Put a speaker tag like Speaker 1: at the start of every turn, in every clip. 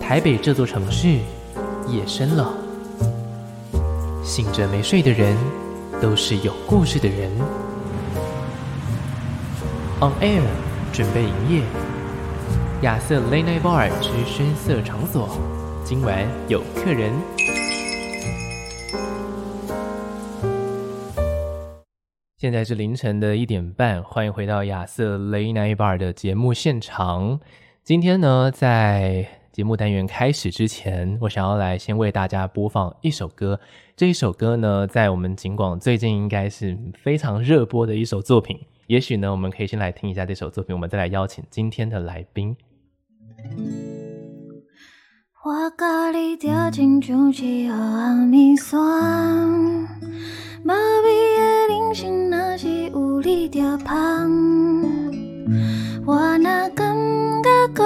Speaker 1: 台北这座城市，夜深了。醒着没睡的人，都是有故事的人。On Air 准备营业，亚瑟 Late Night Bar 之深色场所，今晚有客人。现在是凌晨的一点半，欢迎回到亚瑟 Late Night Bar 的节目现场。今天呢，在节目单元开始之前，我想要来先为大家播放一首歌。这一首歌呢，在我们景广最近应该是非常热播的一首作品。也许呢，我们可以先来听一下这首作品，我们再来邀请今天的来宾。
Speaker 2: 我甲你跳亲像一盒红米线，麻味的人生若是有你就香。我若感觉孤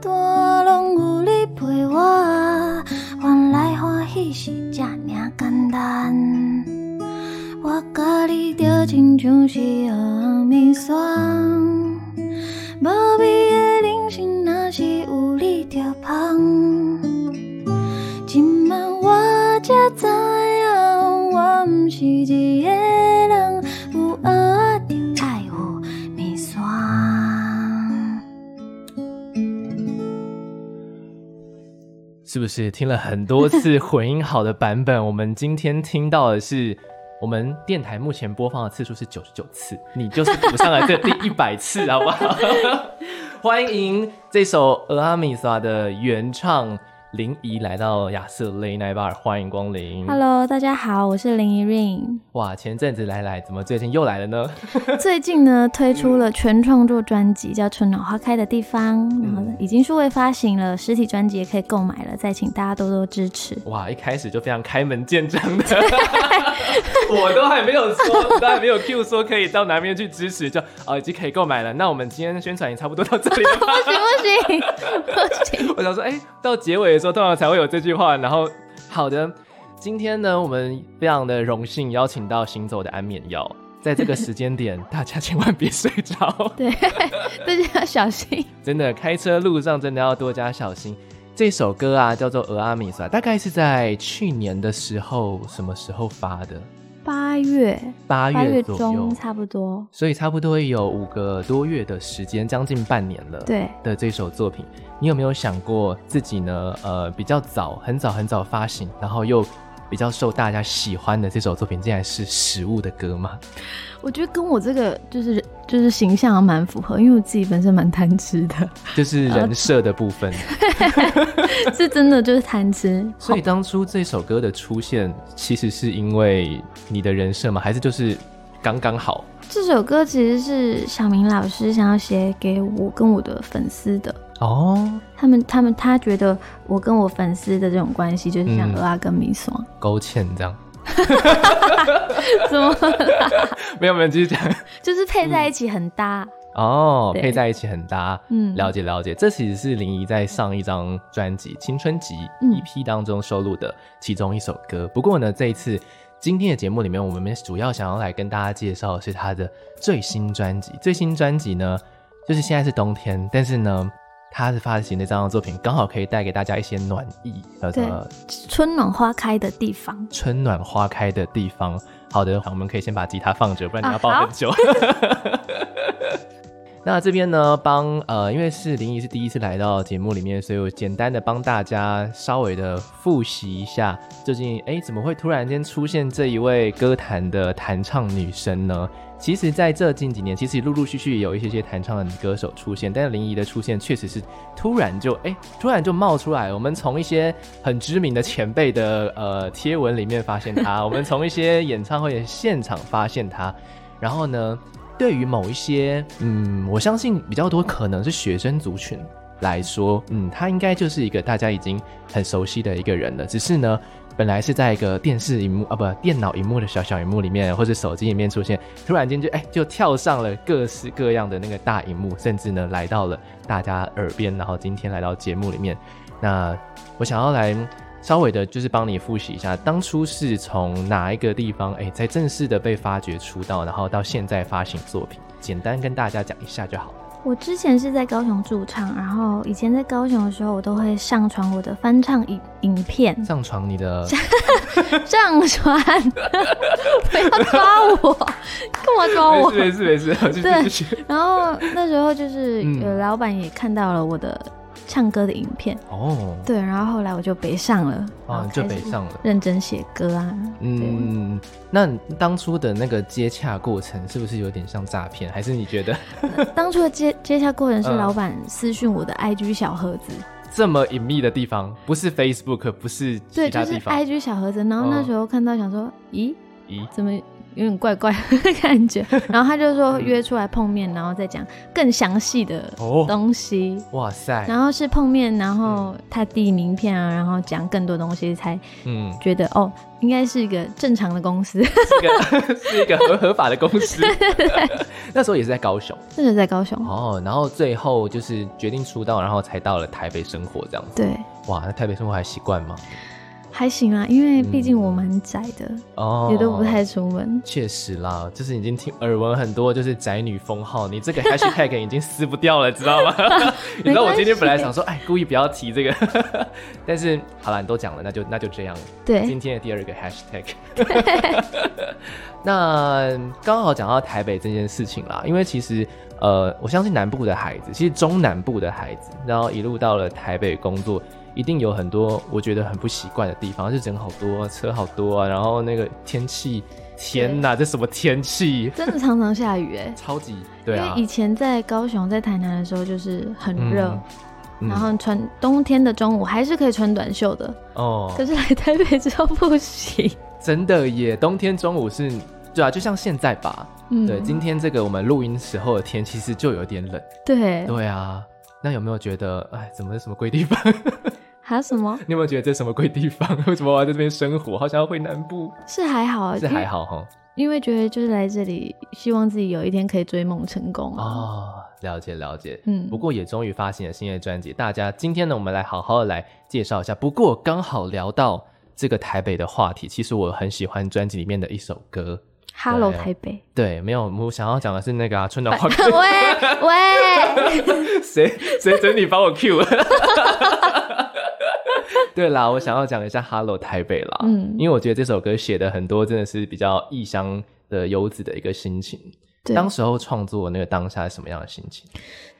Speaker 2: 单，拢有你陪我，原来欢喜是这尔简单。我甲你跳亲像是盒红米线，无味的人生若是有你就香。今晚我才知
Speaker 3: 啊
Speaker 2: 影，我毋是一个人，有
Speaker 3: 啊
Speaker 2: 爱就爱有面线。
Speaker 1: 是不是听了很多次混音好的版本？我们今天听到的是 我们电台目前播放的次数是九十九次，你就是补上来这第一百次，好不好？欢迎这首《俄阿米萨》的原唱林怡来到亚瑟雷奈巴尔，欢迎光临。
Speaker 3: Hello，大家好，我是林依韵。
Speaker 1: 哇，前阵子来来，怎么最近又来了呢？
Speaker 3: 最近呢，推出了全创作专辑，叫《春暖花开的地方》，然后呢已经数位发行了，实体专辑也可以购买了，再请大家多多支 持。
Speaker 1: 哇，一开始就非常开门见山的， 我都还没有说，都还没有 Q 说可以到哪边去支持，就哦已经可以购买了。那我们今天宣传也差不多到这里了吧。
Speaker 3: 不行不行不行，
Speaker 1: 我想说，哎、到结尾的时候通常才会有这句话。然后，好的，今天呢，我们非常的荣幸邀请到行走的安眠药，在这个时间点，大家千万别睡着。
Speaker 3: 对， 大家要小心。
Speaker 1: 真的开车路上真的要多加小心。这首歌啊，叫做《俄阿米萨》，大概是在去年的时候，什么时候发的？
Speaker 3: 八月，
Speaker 1: 八
Speaker 3: 八
Speaker 1: 月
Speaker 3: 月
Speaker 1: 左右
Speaker 3: 中，差不多。
Speaker 1: 所以差不多也有五个多月的时间，将近半年了。
Speaker 3: 对，
Speaker 1: 的这首作品，你有没有想过自己呢？呃，比较早，很早很早发行，然后又比较受大家喜欢的这首作品，竟然是食物的歌吗？
Speaker 3: 我觉得跟我这个就是就是形象还蛮符合，因为我自己本身蛮贪吃的，
Speaker 1: 就是
Speaker 3: 呃
Speaker 1: 人设的部分。
Speaker 3: 是真的就是贪吃。
Speaker 1: 所以当初这首歌的出现，其实是因为你的人设吗？还是就是刚刚好？
Speaker 3: 这首歌其实是小明老师想要写给我跟我的粉丝的。
Speaker 1: 哦，
Speaker 3: 他们他们他觉得我跟我粉丝的这种关系就是像
Speaker 1: 嗯
Speaker 3: 鹅啊跟米爽，
Speaker 1: 勾芡这样？
Speaker 3: 怎么
Speaker 1: 没有没有，继续讲。
Speaker 3: 就是配在一起很搭。
Speaker 1: 哦，
Speaker 3: 对
Speaker 1: 配在一起很搭。
Speaker 3: 嗯，
Speaker 1: 了解了解，这其实是林怡在上一张专辑《青春集》
Speaker 3: 嗯
Speaker 1: EP 当中收录的其中一首歌。不过呢，这一次今天的节目里面，我们主要想要来跟大家介绍的是她的最新专辑。最新专辑呢，就是现在是冬天，但是呢，她是发行的这张作品，刚好可以带给大家一些暖意，叫
Speaker 3: 对
Speaker 1: 做
Speaker 3: 春暖花开的地方，
Speaker 1: 春暖花开的地方。好的，好我们可以先把吉他放着，不然你要
Speaker 3: 啊
Speaker 1: 抱
Speaker 3: 好
Speaker 1: 很久。 那这边呢，帮呃，因为是林怡是第一次来到节目里面，所以我简单的帮大家稍微的复习一下，究竟哎怎么会突然间出现这一位歌坛的弹唱女神呢？其实，在这近几年，其实陆陆续续有一些些弹唱的女歌手出现，但是林怡的出现确实是突然就哎突然就冒出来。我们从一些很知名的前辈的呃贴文里面发现她，我们从一些演唱会的现场发现她，然后呢，对于某一些，嗯，我相信比较多可能是学生族群来说，嗯，他应该就是一个大家已经很熟悉的一个人了。只是呢，本来是在一个电视荧幕啊，不，电脑荧幕的小小荧幕里面，或者手机里面出现，突然间就哎、就跳上了各式各样的那个大荧幕，甚至呢来到了大家耳边，然后今天来到节目里面。那我想要来稍微的，就是帮你复习一下，当初是从哪一个地方，哎，才正式的被发掘出道，然后到现在发行作品，简单跟大家讲一下就好了。
Speaker 3: 我之前是在高雄驻唱，然后以前在高雄的时候，我都会上传我的翻唱影影 片，
Speaker 1: 上床你 的
Speaker 3: 上传， 不要抓我，干嘛抓我？
Speaker 1: 没事没事没事，
Speaker 3: 对
Speaker 1: 继续继续
Speaker 3: 然后那时候就是
Speaker 1: 嗯
Speaker 3: 有老板也看到了我的唱歌的影片，
Speaker 1: 哦，
Speaker 3: 对，然后后来我就北上了，然
Speaker 1: 啊
Speaker 3: 后
Speaker 1: 你就
Speaker 3: 开
Speaker 1: 北
Speaker 3: 始
Speaker 1: 上了。
Speaker 3: 认真写歌啊，嗯，
Speaker 1: 嗯，那你当初的那个接洽过程是不是有点像诈骗？还是你觉得
Speaker 3: 当初的接接洽过程是
Speaker 1: 嗯
Speaker 3: 老板私讯我的 IG 小盒子，
Speaker 1: 这么隐秘的地方，不是 Facebook，不是
Speaker 3: 对，
Speaker 1: 其
Speaker 3: 就
Speaker 1: 他
Speaker 3: 是哎
Speaker 1: 地方？
Speaker 3: IG 小盒子，然后那
Speaker 1: 嗯
Speaker 3: 时候看到想说，咦，
Speaker 1: 咦，
Speaker 3: 怎么有点怪 怪的感觉？然后他就说约出来碰面，然后再讲更详细的
Speaker 1: 哦
Speaker 3: 东西。
Speaker 1: 哇塞，
Speaker 3: 然后是碰面，然后他递名片啊，然后讲更多东西，才
Speaker 1: 嗯，
Speaker 3: 觉得哦，应该是一个正常的公司。
Speaker 1: 是一个 是一个合合法的公司。那时候也是在高雄
Speaker 3: 那就在高雄，
Speaker 1: 哦，然后最后就是决定出道，然后才到了台北生活这样子。
Speaker 3: 对，
Speaker 1: 哇，那台北生活还习惯吗？
Speaker 3: 还行啊，因为毕竟我蛮宅的，
Speaker 1: 哦，
Speaker 3: 也都不太出门。
Speaker 1: 确实啦，就是已经听耳闻很多，就是宅女封号，你这个 hashtag 已经撕不掉了，知道 吗？你知道我今天本来想说，哎，故意不要提这个， 但是好了，你都讲了，那就那就这样。今
Speaker 3: 对，
Speaker 1: 天的第二个 hashtag，那刚好讲到台北这件事情啦，因为其实呃，我相信南部的孩子，其实中南部的孩子，然后一路到了台北工作，一定有很多我觉得很不习惯的地方，就是人好多、啊，车好多啊，然后那个天气，天哪，这什么天气？
Speaker 3: 真的常常下雨哎、
Speaker 1: 超级 对
Speaker 3: 因
Speaker 1: 啊
Speaker 3: 为，以前在高雄、在台南的时候，就是很热。
Speaker 1: 嗯
Speaker 3: 然后穿冬天的中午还是可以穿短袖的，
Speaker 1: 哦，
Speaker 3: 可是来台北之后不行。
Speaker 1: 真的耶，冬天中午是，对啊，就像现在吧，
Speaker 3: 嗯，
Speaker 1: 对，今天这个我们录音时候的天其实就有点冷。
Speaker 3: 对，
Speaker 1: 对啊，那有没有觉得，哎，怎么是什么鬼地方？
Speaker 3: 还有什么
Speaker 1: 你有没有觉得这什么鬼地方？ 为什么我要在这边生活？好想要回南部，
Speaker 3: 是还好，啊
Speaker 1: 是还好哈。
Speaker 3: 因为，因为觉得就是来这里，希望自己有一天可以追梦成功啊。
Speaker 1: 哦，了解了解。
Speaker 3: 嗯
Speaker 1: 不过也终于发行了新的专辑。大家今天呢，我们来好好的来介绍一下。不过刚好聊到这个台北的话题，其实我很喜欢专辑里面的一首歌。
Speaker 3: Hello
Speaker 1: 对
Speaker 3: 台 北，
Speaker 1: 对，没有，我想要讲的是那个、啊、春暖花开。
Speaker 3: 喂 喂，
Speaker 1: 谁谁准你帮我 Q？对啦，我想要讲一下《Hello 台北》啦，
Speaker 3: 嗯
Speaker 1: 因为我觉得这首歌写的很多真的是比较异乡的游子的一个心情。
Speaker 3: 对，
Speaker 1: 当时候创作那个当下是什么样的心情？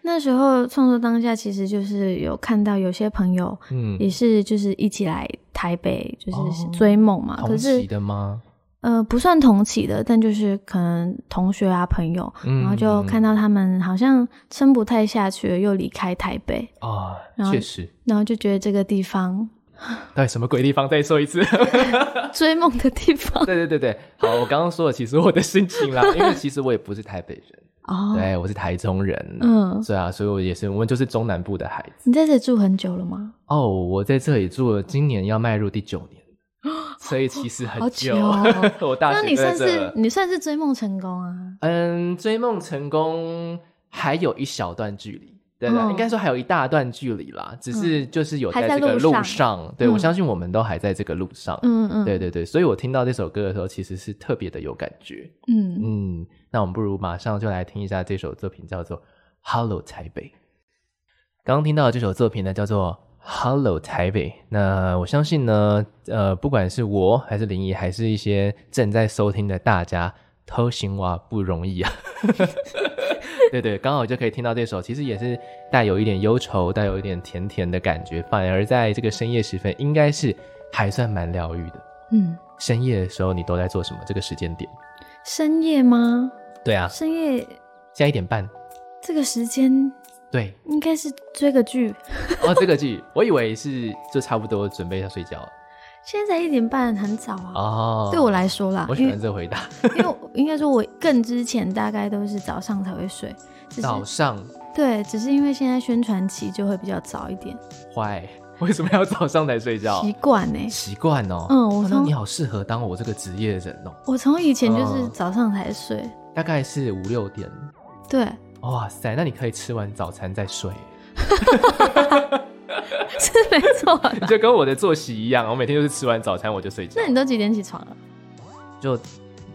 Speaker 3: 那时候创作当下，其实就是有看到有些朋友
Speaker 1: 嗯，
Speaker 3: 也是就是一起来台北，就
Speaker 1: 哦
Speaker 3: 是追梦嘛。
Speaker 1: 同
Speaker 3: 啊可
Speaker 1: 期
Speaker 3: 是
Speaker 1: 的吗？
Speaker 3: 呃，不算同期的，但就是可能同学啊朋友，
Speaker 1: 嗯
Speaker 3: 然后就看到他们好像撑不太下去了，又离开台北，
Speaker 1: 啊
Speaker 3: 然，后
Speaker 1: 确实，
Speaker 3: 然后就觉得这个地方
Speaker 1: 到底什么鬼地方？再说一次。
Speaker 3: 追梦的地方
Speaker 1: 对对对对，好，我刚刚说的其实我的心情 啦，因为其实我也不是台北人，
Speaker 3: 哦。
Speaker 1: 对我是台中人，
Speaker 3: 嗯
Speaker 1: 对啊，所以我也是，我们就是中南部的孩子。
Speaker 3: 你在这住很久了吗？
Speaker 1: 哦，我在这里住了，今年要迈入第九年，所以其实很
Speaker 3: 好
Speaker 1: 久。
Speaker 3: 久哦
Speaker 1: 我大
Speaker 3: 那
Speaker 1: 学
Speaker 3: 你
Speaker 1: 就在
Speaker 3: 算
Speaker 1: 这
Speaker 3: 是
Speaker 1: 了。
Speaker 3: 你算是追梦成功啊！
Speaker 1: 嗯，追梦成功还有一小段距离。对啦，
Speaker 3: 嗯
Speaker 1: 应该说还有一大段距离啦，只是就是有
Speaker 3: 还
Speaker 1: 这
Speaker 3: 在
Speaker 1: 个
Speaker 3: 路
Speaker 1: 路
Speaker 3: 上
Speaker 1: 上，对我
Speaker 3: 嗯
Speaker 1: 相信我们都还在这个路上，
Speaker 3: 嗯嗯，
Speaker 1: 对对对，所以我听到这首歌的时候，其实是特别的有感觉，
Speaker 3: 嗯，
Speaker 1: 嗯，那我们不如马上就来听一下这首作品，叫做《Hello 台北》。刚刚听到的这首作品呢，叫做《Hello 台北》。那我相信呢，呃，不管是我还是林怡，还是一些正在收听的大家，偷心哇不容易啊。 对对，刚好就可以听到这首，其实也是带有一点忧愁，带有一点甜甜的感觉，反而在这个深夜时分，应该是还算蛮疗愈的。
Speaker 3: 嗯，
Speaker 1: 深夜的时候，你都在做什么？这个时间点？
Speaker 3: 深夜吗？
Speaker 1: 对啊，
Speaker 3: 深夜
Speaker 1: 现在一点半。
Speaker 3: 这个时间
Speaker 1: 对，
Speaker 3: 应该是追个剧，
Speaker 1: 哦，这个剧，我以为是就差不多准备要睡觉了
Speaker 3: 现在才一点半，很早啊。
Speaker 1: 哦。
Speaker 3: 对我，来说啦，
Speaker 1: 我喜
Speaker 3: 因
Speaker 1: 欢
Speaker 3: 为
Speaker 1: 这个回答。
Speaker 3: 因为我应该说，我更之前大概都是早上才会睡，只是
Speaker 1: 早上
Speaker 3: 对，只是因为现在宣传期就会比较早一点，
Speaker 1: 坏，为什么要早上才睡觉
Speaker 3: 习？惯欸呢。
Speaker 1: 习惯哦。
Speaker 3: 嗯我
Speaker 1: 哦那
Speaker 3: 从
Speaker 1: 你好适合当我这个职业的人哦。
Speaker 3: 我从以前就是
Speaker 1: 嗯
Speaker 3: 早上才睡，
Speaker 1: 大概是五六点，
Speaker 3: 对，
Speaker 1: 哇塞，那你可以吃完早餐再睡，
Speaker 3: 是没错啦。
Speaker 1: 就跟我的作息一样，我每天就是吃完早餐我就睡觉
Speaker 3: 那。你都几点起床啊了？
Speaker 1: 就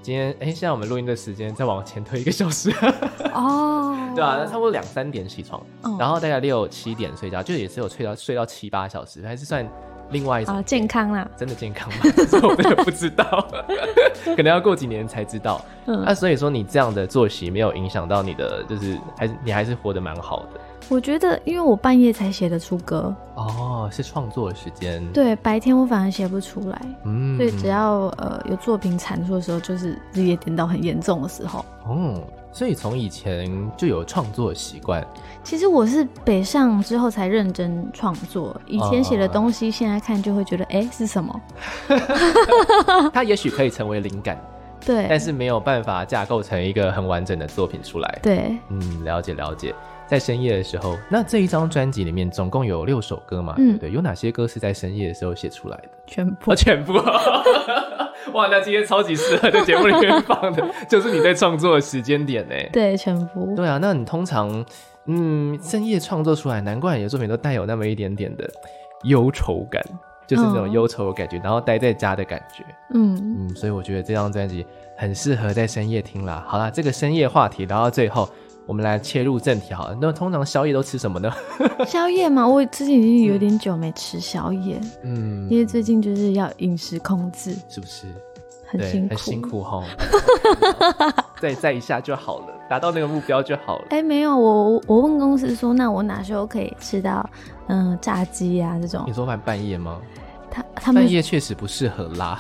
Speaker 1: 今天，哎，现在我们录音的时间再往前推一个小时，
Speaker 3: 哦，
Speaker 1: 对啊，差不多两三点起床，
Speaker 3: 哦
Speaker 1: 然后大概六七点睡觉，就也是有睡到睡到七八小时，还是算另外一种
Speaker 3: 好健康啦，
Speaker 1: 真的健康吗？ 这我真的不知道， 可能要过几年才知道。
Speaker 3: 嗯
Speaker 1: 那、所以说你这样的作息没有影响到你的，就是还是你还是活得蛮好的。
Speaker 3: 我觉得因为我半夜才写得出歌，
Speaker 1: 哦，是创作的时间。，
Speaker 3: 对，白天我反而写不出来，
Speaker 1: 嗯
Speaker 3: 所以只要呃有作品产出的时候，就是日夜颠倒很严重的时候。
Speaker 1: 哦，所以从以前就有创作的习惯。
Speaker 3: 其实我是北上之后才认真创作，以前写的东西现在看就会觉得，哎、是什么？
Speaker 1: 它也许可以成为灵感，但
Speaker 3: 对，
Speaker 1: 是没有办法架构成一个很完整的作品出来。
Speaker 3: 对，
Speaker 1: 嗯，了解了解。在深夜的时候，那这一张专辑里面总共有六首歌嘛？
Speaker 3: 嗯
Speaker 1: 对不对，有哪些歌是在深夜的时候写出来的？
Speaker 3: 全部
Speaker 1: 我。全部。 哇，那今天超级适合在节目里面放的，就是你在创作的时间点呢。
Speaker 3: 对，全部。
Speaker 1: 对啊，那你通常嗯深夜创作出来，难怪你的作品都带有那么一点点的忧愁感，就是那种
Speaker 3: 嗯
Speaker 1: 忧愁的感觉，然后待在家的感觉。
Speaker 3: 嗯，
Speaker 1: 嗯，所以我觉得这张专辑很适合在深夜听啦。好啦，这个深夜话题聊到最后，我们来切入正题好了。那通常宵夜都吃什么呢？
Speaker 3: 宵夜嘛，我最近已经有点久没吃宵夜，
Speaker 1: 嗯，
Speaker 3: 因为最近就是要饮食控制，
Speaker 1: 是不是？
Speaker 3: 很
Speaker 1: 对，
Speaker 3: 辛苦。
Speaker 1: 很辛。苦哈。再再一下就好了，达到那个目标就好了。
Speaker 3: 哎、没有，我我我问公司说，那我哪时候可以吃到嗯、炸鸡啊这种
Speaker 1: 你？说半半夜吗？
Speaker 3: 他他们
Speaker 1: 半夜确实不适合 啦。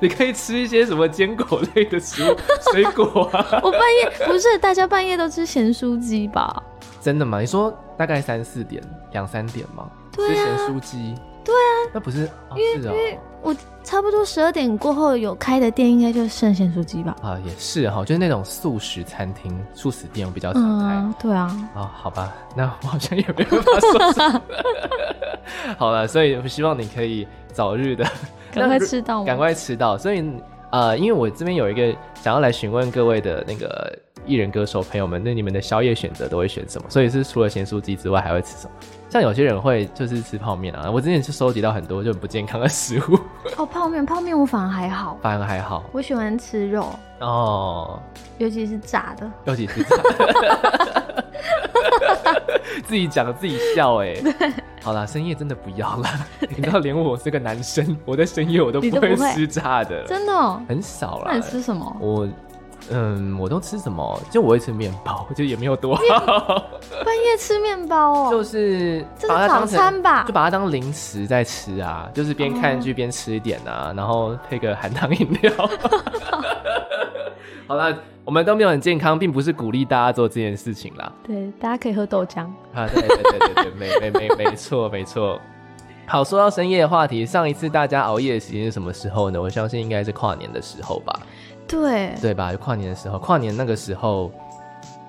Speaker 1: 你可以吃一些什么坚果类的食 物、水果啊？
Speaker 3: 我半夜不是大家半夜都吃咸酥鸡吧？
Speaker 1: 真的吗？你说大概三四点、两三点吗？
Speaker 3: 对啊
Speaker 1: 吃咸酥鸡。对啊，那不是哦，是哦。
Speaker 3: 我差不多十二点过后有开的店，应该就剩咸酥鸡吧？
Speaker 1: 啊，也是哈、就是那种素食餐厅、素食店我比较常开。
Speaker 3: 嗯，对啊，
Speaker 1: 哦，好吧，那我好像也没办法说什么。 好了，所以我希望你可以早日的
Speaker 3: 赶快吃到吗
Speaker 1: 赶快吃到。所以呃，因为我这边有一个想要来询问各位的那个艺人歌手朋友们，那你们的宵夜选择都会选什么？所以是除了咸酥鸡之外，还会吃什么？像有些人会就是吃泡面啊，我之前是收集到很多就很不健康的食物，
Speaker 3: 哦，泡面，泡面我反而还好，
Speaker 1: 反而还好
Speaker 3: 我喜欢吃肉，
Speaker 1: 哦。
Speaker 3: 尤其是炸的。
Speaker 1: 尤其是自己 自己讲自己笑哎、好啦，深夜真的不要啦。你知道，连我是个男生，我在深夜我都
Speaker 3: 你
Speaker 1: 不
Speaker 3: 都不
Speaker 1: 会
Speaker 3: 会
Speaker 1: 吃炸的，
Speaker 3: 真的、哦？
Speaker 1: 很少啦
Speaker 3: 那。你吃什么？
Speaker 1: 我嗯，我都吃什么？就我会吃面包，就也没有 多 好，
Speaker 3: 半夜吃面包
Speaker 1: 就
Speaker 3: 哦，
Speaker 1: 是
Speaker 3: 这是
Speaker 1: 把它当
Speaker 3: 早餐
Speaker 1: 成。
Speaker 3: 吧哦
Speaker 1: 就？把它当零食在吃啊，就是边看剧边吃一点啊，然后配个含糖饮料。 好啦，我们都没有很健康，并不是鼓励大家做这件事情啦。
Speaker 3: 对，大家可以喝豆浆。
Speaker 1: 啊，对对对对对，没没没没错没错。好，说到深夜的话题，上一次大家熬夜的时间是什么时候呢？我相信应该是跨年的时候吧，
Speaker 3: 对
Speaker 1: 对吧？跨年的时候，跨年那个时候，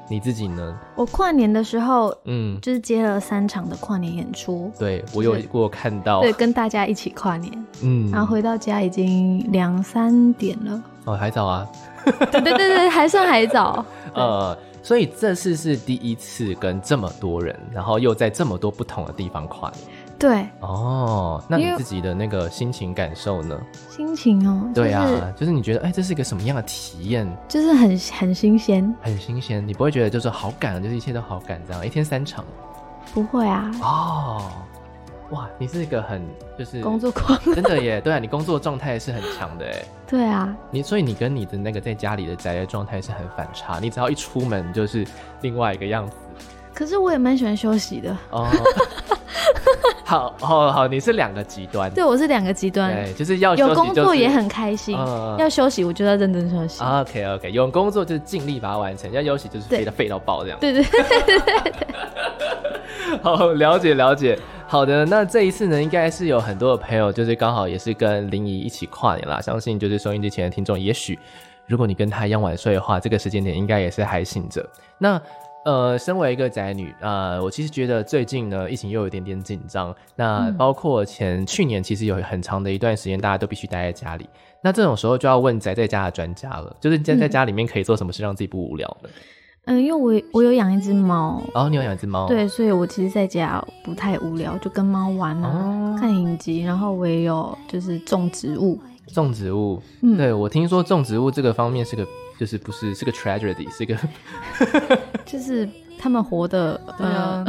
Speaker 1: 你自己呢？
Speaker 3: 我跨年的时候，
Speaker 1: 嗯，
Speaker 3: 就是接了三场的跨年演出，
Speaker 1: 对我有
Speaker 3: 是
Speaker 1: 我有看到
Speaker 3: 对，，跟大家一起跨年，
Speaker 1: 哦嗯，
Speaker 3: 然后回到家已经两三点 了。
Speaker 1: 哦还早啊，
Speaker 3: 对对对对，还算还早。
Speaker 1: 呃，所以这次是第一次跟这么多人，然后又在这么多不同的地方跨年。
Speaker 3: 对，
Speaker 1: 哦，那你
Speaker 3: 因为
Speaker 1: 自己的那个心情感受呢？
Speaker 3: 心情哦，
Speaker 1: 对啊，就是你觉得，哎，这是一个什么样的体验？
Speaker 3: 就是很很新鲜，
Speaker 1: 很新鲜，你不会觉得就是好赶，就是一切都好赶这样，一天三场
Speaker 3: 不会啊，
Speaker 1: 哦，哇，你是一个很就是
Speaker 3: 工作狂。
Speaker 1: 真的耶， 对啊，你工作状态是很强的哎，
Speaker 3: 对啊，
Speaker 1: 你所以你跟你的那个在家里的宅的状态是很反差，你只要一出门就是另外一个样子
Speaker 3: 可是我也蛮喜欢休息的。
Speaker 1: 哦。 好，好，好，你是两个极端，
Speaker 3: 对我是两个极端，
Speaker 1: 对，就是要休
Speaker 3: 有
Speaker 1: 息
Speaker 3: 工
Speaker 1: 就
Speaker 3: 作
Speaker 1: 是
Speaker 3: 也很开心，
Speaker 1: 嗯嗯啊
Speaker 3: 要休息我就要认真休息。
Speaker 1: OK OK，有工作就是尽力把它完成，要休息就是
Speaker 3: 对
Speaker 1: 废到废到爆这样。
Speaker 3: 对对，
Speaker 1: 好，了解了解。好的，那这一次呢，应该是有很多的朋友，就是刚好也是跟林怡一起跨年啦。相信就是收音机前的听众，也许如果你跟她一样晚睡的话，这个时间点应该也是还醒着。那呃，身为一个宅女，呃，我其实觉得最近呢，疫情又有一点点紧张。那包括前、去年，其实有很长的一段时间，大家都必须待在家里。那这种时候就要问宅在家的专家了，就是宅在家里面可以做什么事让自己不无聊呢？
Speaker 3: 嗯，因为我我有养一只猫，
Speaker 1: 然后、你有养一只猫，啊
Speaker 3: 对，所以我其实在家不太无聊，就跟猫玩
Speaker 1: 哦
Speaker 3: 啊，看影集，然后我也有就是种植物，
Speaker 1: 种植物，
Speaker 3: 嗯
Speaker 1: 对我听说种植物这个方面是个就是不是是个 tragedy，是个。
Speaker 4: 就是他们活的，
Speaker 1: 啊
Speaker 4: 呃，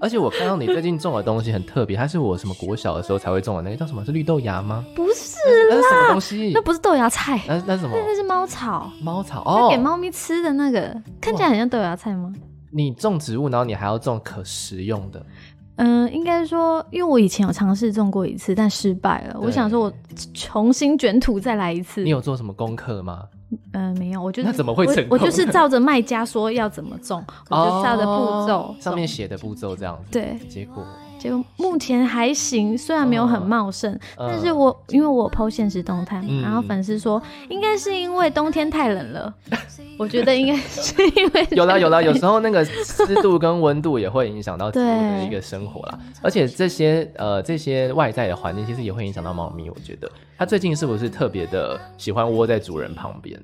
Speaker 1: 而且我看到你最近种的东西很特别，它是我什么国小的时候才会种的，那个叫什么？是绿豆芽吗？
Speaker 3: 不是，
Speaker 1: 那是什么东西？
Speaker 3: 那不是豆芽菜，
Speaker 1: 那那是什么？
Speaker 3: 那是猫草，
Speaker 1: 猫草
Speaker 3: 那
Speaker 1: 嗯哦
Speaker 3: 给。猫咪吃的那个，看起来很像豆芽菜吗？
Speaker 1: 你种植物，然后你还要种可食用的，
Speaker 3: 嗯，应该说，因为我以前有尝试种过一次，但失败了。我
Speaker 1: 对
Speaker 3: 想说，我重新卷土再来一次
Speaker 1: 你。有做什么功课吗？
Speaker 3: 嗯、没有，我就
Speaker 1: 那怎么会成功
Speaker 3: 我？我就是照着卖家说要怎么种，我就照着步骤、
Speaker 1: 哦上面。写的步骤这样子。
Speaker 3: 对，
Speaker 1: 结果
Speaker 3: 结果目前还行，虽然没有很茂盛，
Speaker 1: 嗯
Speaker 3: 但是我因为我剖现实动态嘛，
Speaker 1: 嗯
Speaker 3: 然后粉丝说应该是因为冬天太 冷了，我觉得应该是因 为
Speaker 1: 有啦有啦，有时候那个湿度跟温度也会影响到植物的一个生活 啦。而且这些呃这些外在的环境其实也会影响到猫咪，我觉得它最近是不是特别的喜欢窝在主人旁边，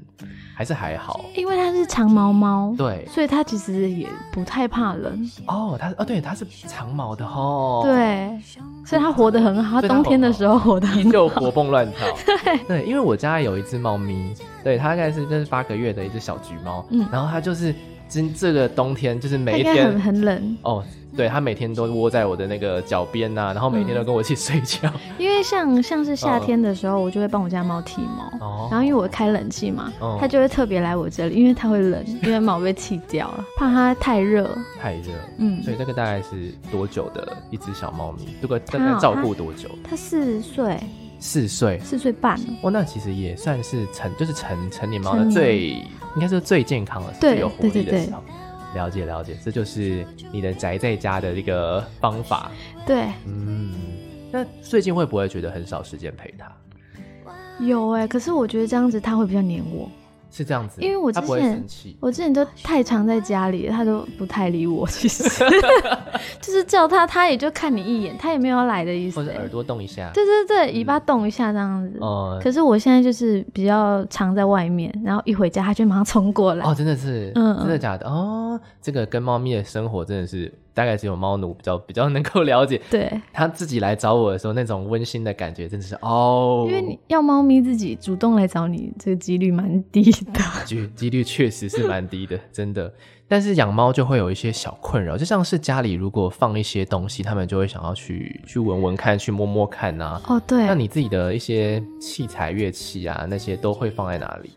Speaker 1: 还是还好？
Speaker 3: 因为它是长毛猫，
Speaker 1: 对
Speaker 3: 所以它其实也不太怕冷，
Speaker 1: 哦，它哦对，它是长毛的哦，，
Speaker 3: 对，所以它活得很好。
Speaker 1: 所以
Speaker 3: 它
Speaker 1: 它
Speaker 3: 冬天的时候活得很好，
Speaker 1: 又活蹦乱 跳。对，因为我家有一只猫咪，对它大概是这是八个月的一只小橘猫，
Speaker 3: 嗯
Speaker 1: 然后它就是今这个冬天就是
Speaker 3: 它
Speaker 1: 每一
Speaker 3: 应该
Speaker 1: 天
Speaker 3: 很很冷，
Speaker 1: 哦，对，它每天都窝在我的那个脚边呐、然后每天都跟我一起睡觉。
Speaker 3: 因为像像是夏天的时候，我就会帮我家猫剃毛。
Speaker 1: 哦，
Speaker 3: 然后因为我开冷气嘛
Speaker 1: 哦，
Speaker 3: 它就会特别来我这里，因为它会冷，因为毛被剃掉了，怕它太热。
Speaker 1: 太热，
Speaker 3: 嗯
Speaker 1: 所以这个大概是多久的一只小猫咪？这个大
Speaker 3: 它
Speaker 1: 概
Speaker 3: 哦
Speaker 1: 照顾多久？
Speaker 3: 它四岁，
Speaker 1: 四岁。哦
Speaker 3: 四岁半了，
Speaker 1: 哇，那其实也算是成，就是成成年猫的
Speaker 3: 成年
Speaker 1: 最，应该是最健康的时候，
Speaker 3: 对
Speaker 1: 最有活力的时候。了解了解，这就是你的宅在家的一个方法。
Speaker 3: 对，
Speaker 1: 嗯，那最近会不会觉得很少时间陪它？
Speaker 3: 有哎、可是我觉得这样子它会比较黏我。
Speaker 1: 是这样子，
Speaker 3: 因为我
Speaker 1: 它
Speaker 3: 之
Speaker 1: 不会
Speaker 3: 前
Speaker 1: 生气。
Speaker 3: 我之前都太常在家里了，它都不太理我。其实 就是叫它，它也就看你一眼，它也没有要来的意思、
Speaker 1: 或者耳
Speaker 3: 欸。
Speaker 1: 朵动一下，
Speaker 3: 对对对，尾巴动一下这样子。
Speaker 1: 哦
Speaker 3: 可是我现在就是比较常在外面，然后一回家它就马上冲过来。
Speaker 1: 哦，真的是，
Speaker 3: 嗯
Speaker 1: 真的假的？哦，这个跟猫咪的生活真的是，大概只有猫奴比较比较能够了解。
Speaker 3: 对，
Speaker 1: 它自己来找我的时候，那种温馨的感觉真的是哦，
Speaker 3: 因为你要猫咪自己主动来找你，这个几率蛮低 的。
Speaker 1: 几几率确实是蛮低的，真的。但是养猫就会有一些小困扰，就像是家里如果放一些东西，它们就会想要去去闻闻看，去摸摸看啊。
Speaker 3: 哦，对，
Speaker 1: 那你自己的一些器材、乐器啊，那些都会放在哪里？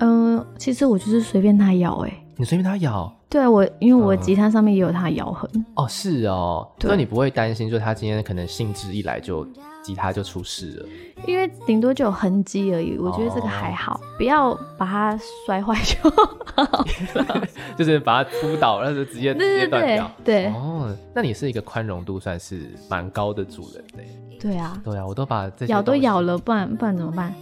Speaker 3: 嗯、其实我就是随便它咬、欸，哎，
Speaker 1: 你随便它咬
Speaker 3: 对啊我，因为我
Speaker 1: 嗯
Speaker 3: 吉他上面也有它咬痕。
Speaker 1: 哦，是哦，
Speaker 3: 对
Speaker 1: 所以你不会担心，就是它今天可能兴致一来就吉他就出事了。
Speaker 3: 因为顶多就有痕迹而已，我觉得这
Speaker 1: 哦
Speaker 3: 个还好，不要把它摔坏就好。
Speaker 1: 就是把它扑倒，然后就直 接直接
Speaker 3: 对对
Speaker 1: 断
Speaker 3: 对
Speaker 1: 掉。
Speaker 3: 对
Speaker 1: 哦，那你是一个宽容度算是蛮高的主人嘞、
Speaker 3: 对啊，
Speaker 1: 对啊，我都把这些
Speaker 3: 咬都
Speaker 1: 东西
Speaker 3: 咬，了，不然不然怎么办？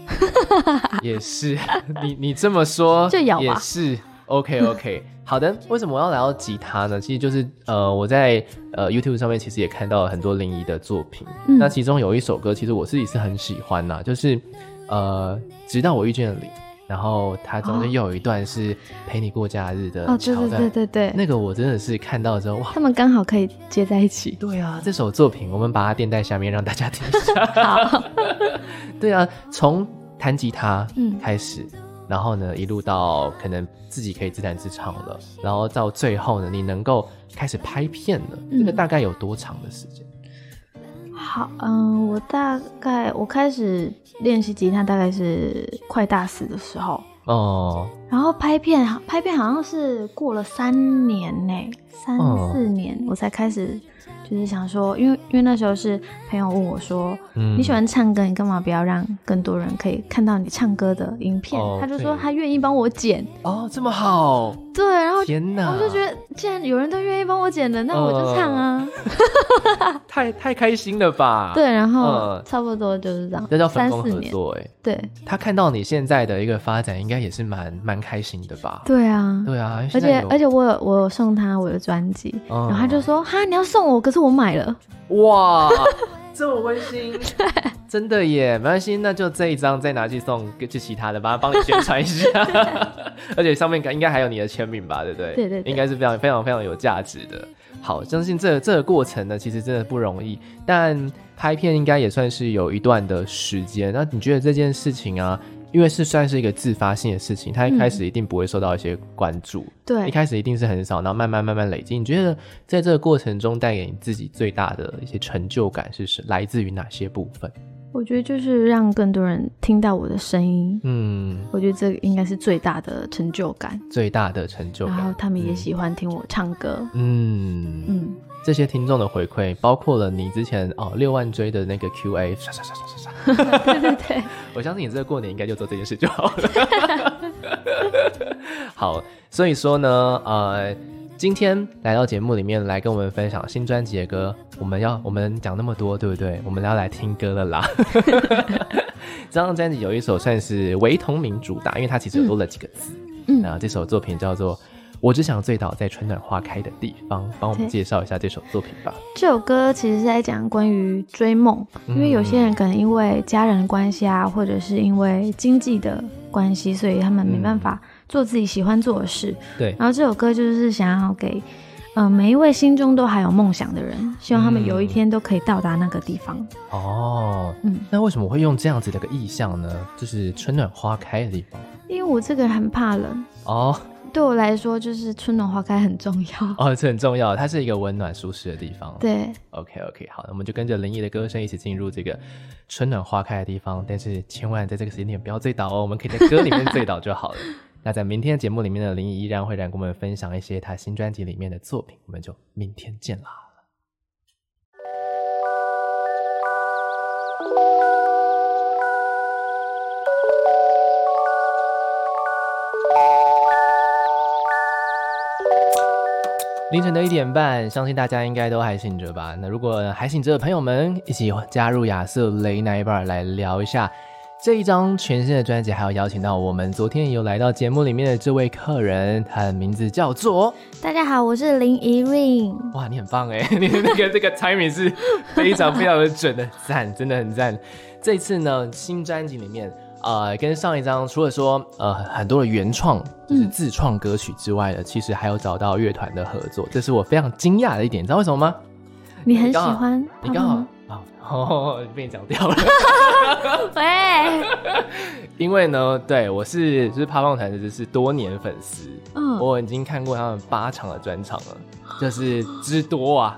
Speaker 1: 也是 你你这么说
Speaker 3: 就咬吧
Speaker 1: 也是 OK OK。好 的，为什么我要聊到吉他呢？其实就是呃，我在呃 YouTube 上面其实也看到了很多林怡的作品，
Speaker 3: 嗯
Speaker 1: 那其中有一首歌，其实我自己是很喜欢呐、就是呃，直到我遇见了你，然后它中间又有一段是陪你过假日的
Speaker 3: 哦，对
Speaker 1: 桥
Speaker 3: 对
Speaker 1: 段，
Speaker 3: 对对对，
Speaker 1: 那个我真的是看到之后哇
Speaker 3: 他，们刚好可以接在 一起。
Speaker 1: 对啊，这首作品我们把它垫在下面让大家听一下。
Speaker 3: 好，
Speaker 1: 对啊，从弹吉他
Speaker 3: 嗯
Speaker 1: 开始，然后呢一路到可能自己可以自弹自唱了，然后到最后呢你能够开始拍片了，
Speaker 3: 嗯
Speaker 1: 这个大概有多长的时间？
Speaker 3: 好，嗯，我大概我开始练习吉他大概是快大四的时候，
Speaker 1: 哦，
Speaker 3: 然后拍片拍片好像是过了三年呢、三
Speaker 1: 哦
Speaker 3: 四年我才开始。就是想说，因为因为那时候是朋友问我说，
Speaker 1: 嗯
Speaker 3: 你喜欢唱歌，你干嘛不要让更多人可以看到你唱歌的影片？
Speaker 1: 哦
Speaker 3: 他就
Speaker 1: 对
Speaker 3: 说他愿意帮我剪，
Speaker 1: 哦这么好，
Speaker 3: 对，然后
Speaker 1: 天啊哪，
Speaker 3: 哦我就觉得，既然有人都愿意帮我剪了，那我就唱啊，
Speaker 1: 呃太太开心了吧？
Speaker 3: 对，，然后
Speaker 1: 嗯
Speaker 3: 差不多就是这样，
Speaker 1: 这叫分
Speaker 3: 三
Speaker 1: 工
Speaker 3: 四
Speaker 1: 合
Speaker 3: 年，
Speaker 1: 作哎、
Speaker 3: 对
Speaker 1: 他看到你现在的一个发展，应该也是蛮蛮开心的吧？
Speaker 3: 对啊，
Speaker 1: 对啊，
Speaker 3: 而
Speaker 1: 现在
Speaker 3: 且
Speaker 1: 有
Speaker 3: 而且我有我有送他我的专辑，
Speaker 1: 哦
Speaker 3: 然后他就说哈你要送我，可是我买了，
Speaker 1: 哇， 这么温馨，真的耶，没关系，那就这一张再拿去送给去其他的吧，帮你宣传一 下，而且上面应该还有你的签名吧，对不对？
Speaker 3: 对对对
Speaker 1: 应该是非常非常非常有价值的。好，相信这这个过程呢，其实真的不容易，但拍片应该也算是有一段的时间。那你觉得这件事情啊，因为是算是一个自发性的事情，他一开
Speaker 3: 嗯
Speaker 1: 始一定不会受到一些关注，一
Speaker 3: 对，
Speaker 1: 开始一定是很少，然后慢慢慢慢累积。你觉得在这个过程中带给你自己最大的一些成就感是什来自于哪些部分？
Speaker 3: 我觉得就是让更多人听到我的声音，
Speaker 1: 嗯，
Speaker 3: 我觉得这应该是最大的成就感。
Speaker 1: 最大的成就
Speaker 3: 然
Speaker 1: 感。
Speaker 3: 后他们也喜欢听我唱歌，
Speaker 1: 嗯。嗯，
Speaker 3: 嗯，
Speaker 1: 这些听众的回馈包括了你之前哦六万追的那个 Q&A，刷刷刷刷刷刷。
Speaker 3: 对对对，
Speaker 1: 我相信你这个过年应该就做这件事就好了。 好，所以说呢，呃，今天来到节目里面来跟我们分享新专辑的歌，我们要我们讲那么多，对不对？我们要来听歌了 啦。这张专辑有一首算是唯同名主打，因为它其实有多了几个字。
Speaker 5: 嗯
Speaker 1: 那这首作品叫做《我只想醉倒在春暖花开的地方》，帮我们
Speaker 3: 对
Speaker 1: 介绍一下这首作品吧。
Speaker 3: 这首歌其实是在讲关于追梦，因为有些人可能因为家人的关系啊，或者是因为经济的关系，所以他们没办法做自己喜欢做的事。
Speaker 1: 对，
Speaker 3: 然后这首歌就是想要给，呃，每一位心中都还有梦想的人，希望他们有一天都可以到达那个地方。
Speaker 1: 哦，
Speaker 3: 嗯
Speaker 1: 那为什么会用这样子的一个意象呢？就是春暖花开的地方。
Speaker 3: 因为我这个人很怕冷，
Speaker 1: 哦
Speaker 3: 对我来说就是春暖花开很重要。
Speaker 1: 哦，这很重要，它是一个温暖舒适的地方。
Speaker 3: 对，
Speaker 1: ，OK OK，好，那我们就跟着林毅的歌声一起进入这个春暖花开的地方，但是千万在这个时间点不要醉倒哦，我们可以在歌里面醉倒就 好了。那在明天的节目里面呢，林毅依然会来跟我们分享一些他新专辑里面的作品，我们就明天见啦。凌晨的一点半，相信大家应该都还醒着吧？那如果还醒着的朋友们，一起加入亚瑟雷那一半来聊一下这一张全新的专辑，还有邀请到我们昨天有来到节目里面的这位客人，他的名字叫做……
Speaker 5: 大家好，我是林怡韵。
Speaker 1: 哇，你很棒哎， 你的那个这个 timing 是非常非常的准的，赞，真的很赞。这次呢，新专辑里面。呃，跟上一张除了说呃很多的原创就是自创歌曲之外的，其实还有找到乐团的合作，这是我非常惊讶的一点，你知道为什么吗？
Speaker 3: 你很喜欢
Speaker 1: 你
Speaker 3: 泡泡
Speaker 1: 刚好
Speaker 3: 吗
Speaker 1: 啊，哦， 被你讲掉了。
Speaker 3: 嗯
Speaker 5: 喂，
Speaker 1: 因为呢，对我是就是趴棒团就是多年粉丝，
Speaker 3: 嗯
Speaker 1: 我已经看过他们八场的专场了，就是之多啊，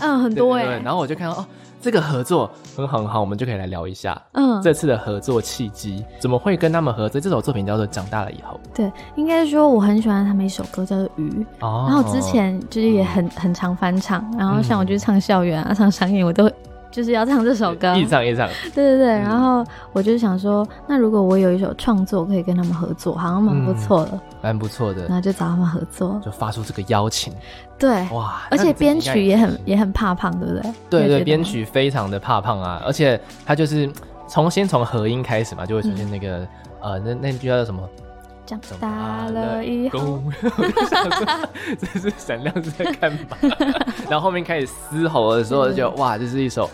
Speaker 3: 嗯，很多
Speaker 1: 对
Speaker 3: 哎、
Speaker 1: 对对然后我就看到哦，这个合作很好很好，我们就可以来聊一下。
Speaker 3: 嗯，
Speaker 1: 这次的合作契机怎么会跟他们合作？这首作品叫做《长大了以后
Speaker 3: 对，应该说我很喜欢他们一首歌叫做《鱼》，》
Speaker 1: 哦嗯
Speaker 3: 然后之前就是也很很常翻唱，然后像我去唱校园啊、唱商演，我都就是要唱这首歌。
Speaker 1: 一场一场，
Speaker 3: 对对对，
Speaker 1: 嗯
Speaker 3: 然后我就想说，那如果我有一首创作可以跟他们合作，好像蛮不错的，
Speaker 1: 蛮不错的
Speaker 3: 然，后就找他们合作。
Speaker 1: 嗯就发出这个邀请，
Speaker 3: 对，
Speaker 1: 哇！那
Speaker 3: 而
Speaker 1: 你自
Speaker 3: 且
Speaker 1: 己应
Speaker 3: 编
Speaker 1: 该
Speaker 3: 曲也很也很怕胖，对不对？
Speaker 1: 对
Speaker 3: 你也觉
Speaker 1: 对，
Speaker 3: 得
Speaker 1: 编
Speaker 3: 吗。
Speaker 1: 曲非常的怕胖啊，而且他就是从先从和音开始嘛，就会出现
Speaker 3: 嗯
Speaker 1: 那个、呃，那那句叫什么？
Speaker 3: 长大了以后，
Speaker 1: 公，我就想说 这是闪亮是在干 嘛？然后后面开始嘶吼的时候，就
Speaker 3: 嗯
Speaker 1: 觉得哇，这是一首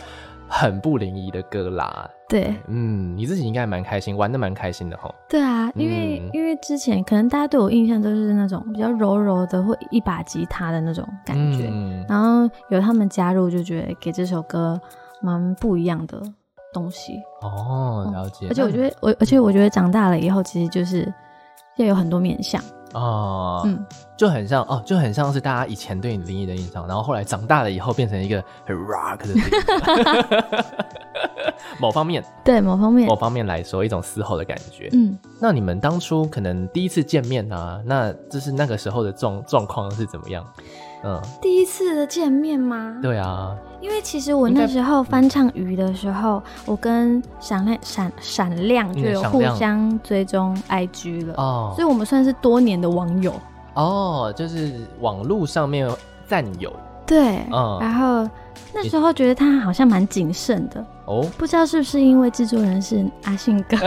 Speaker 1: 很不灵异的歌啦。
Speaker 3: 对
Speaker 1: 嗯，你自己应该蛮开心，玩的蛮开心的吼。
Speaker 3: 对啊，因为、
Speaker 1: 嗯
Speaker 3: 因为之前可能大家对我印象都是那种比较柔柔的，或一把吉他的那种感觉，
Speaker 1: 嗯，
Speaker 3: 然后有他们加入，就觉得给这首歌蛮不一样的东西。
Speaker 1: 哦，了解。
Speaker 3: 嗯而且我觉得，我而且我觉得长大了以后，其实就是要有很多面向。
Speaker 1: 得，哦，
Speaker 3: 嗯，
Speaker 1: 就很像哦，就很像是大家以前对你灵异的印象，然后后来长大了以后变成一个很 rock 的 灵异某方面
Speaker 3: 对，某方面
Speaker 1: 某，方面来说，一种嘶吼的感觉。
Speaker 3: 嗯，
Speaker 1: 那你们当初可能第一次见面啊，那就是那个时候的状状况是怎么样？嗯，
Speaker 5: 第一次的见面吗？
Speaker 1: 对啊，
Speaker 5: 因为其实我那时候翻唱《鱼》的时候，我跟闪亮闪闪亮就有互相追踪 IG 了，
Speaker 1: 嗯哦
Speaker 3: 所以我们算是多年的网友。
Speaker 1: 哦，就是网络上面战友
Speaker 3: 对，
Speaker 1: 嗯
Speaker 3: 然后那时候觉得他好像蛮谨慎的，
Speaker 1: 哦，
Speaker 3: 不知道是不是因为制作人是阿信哥，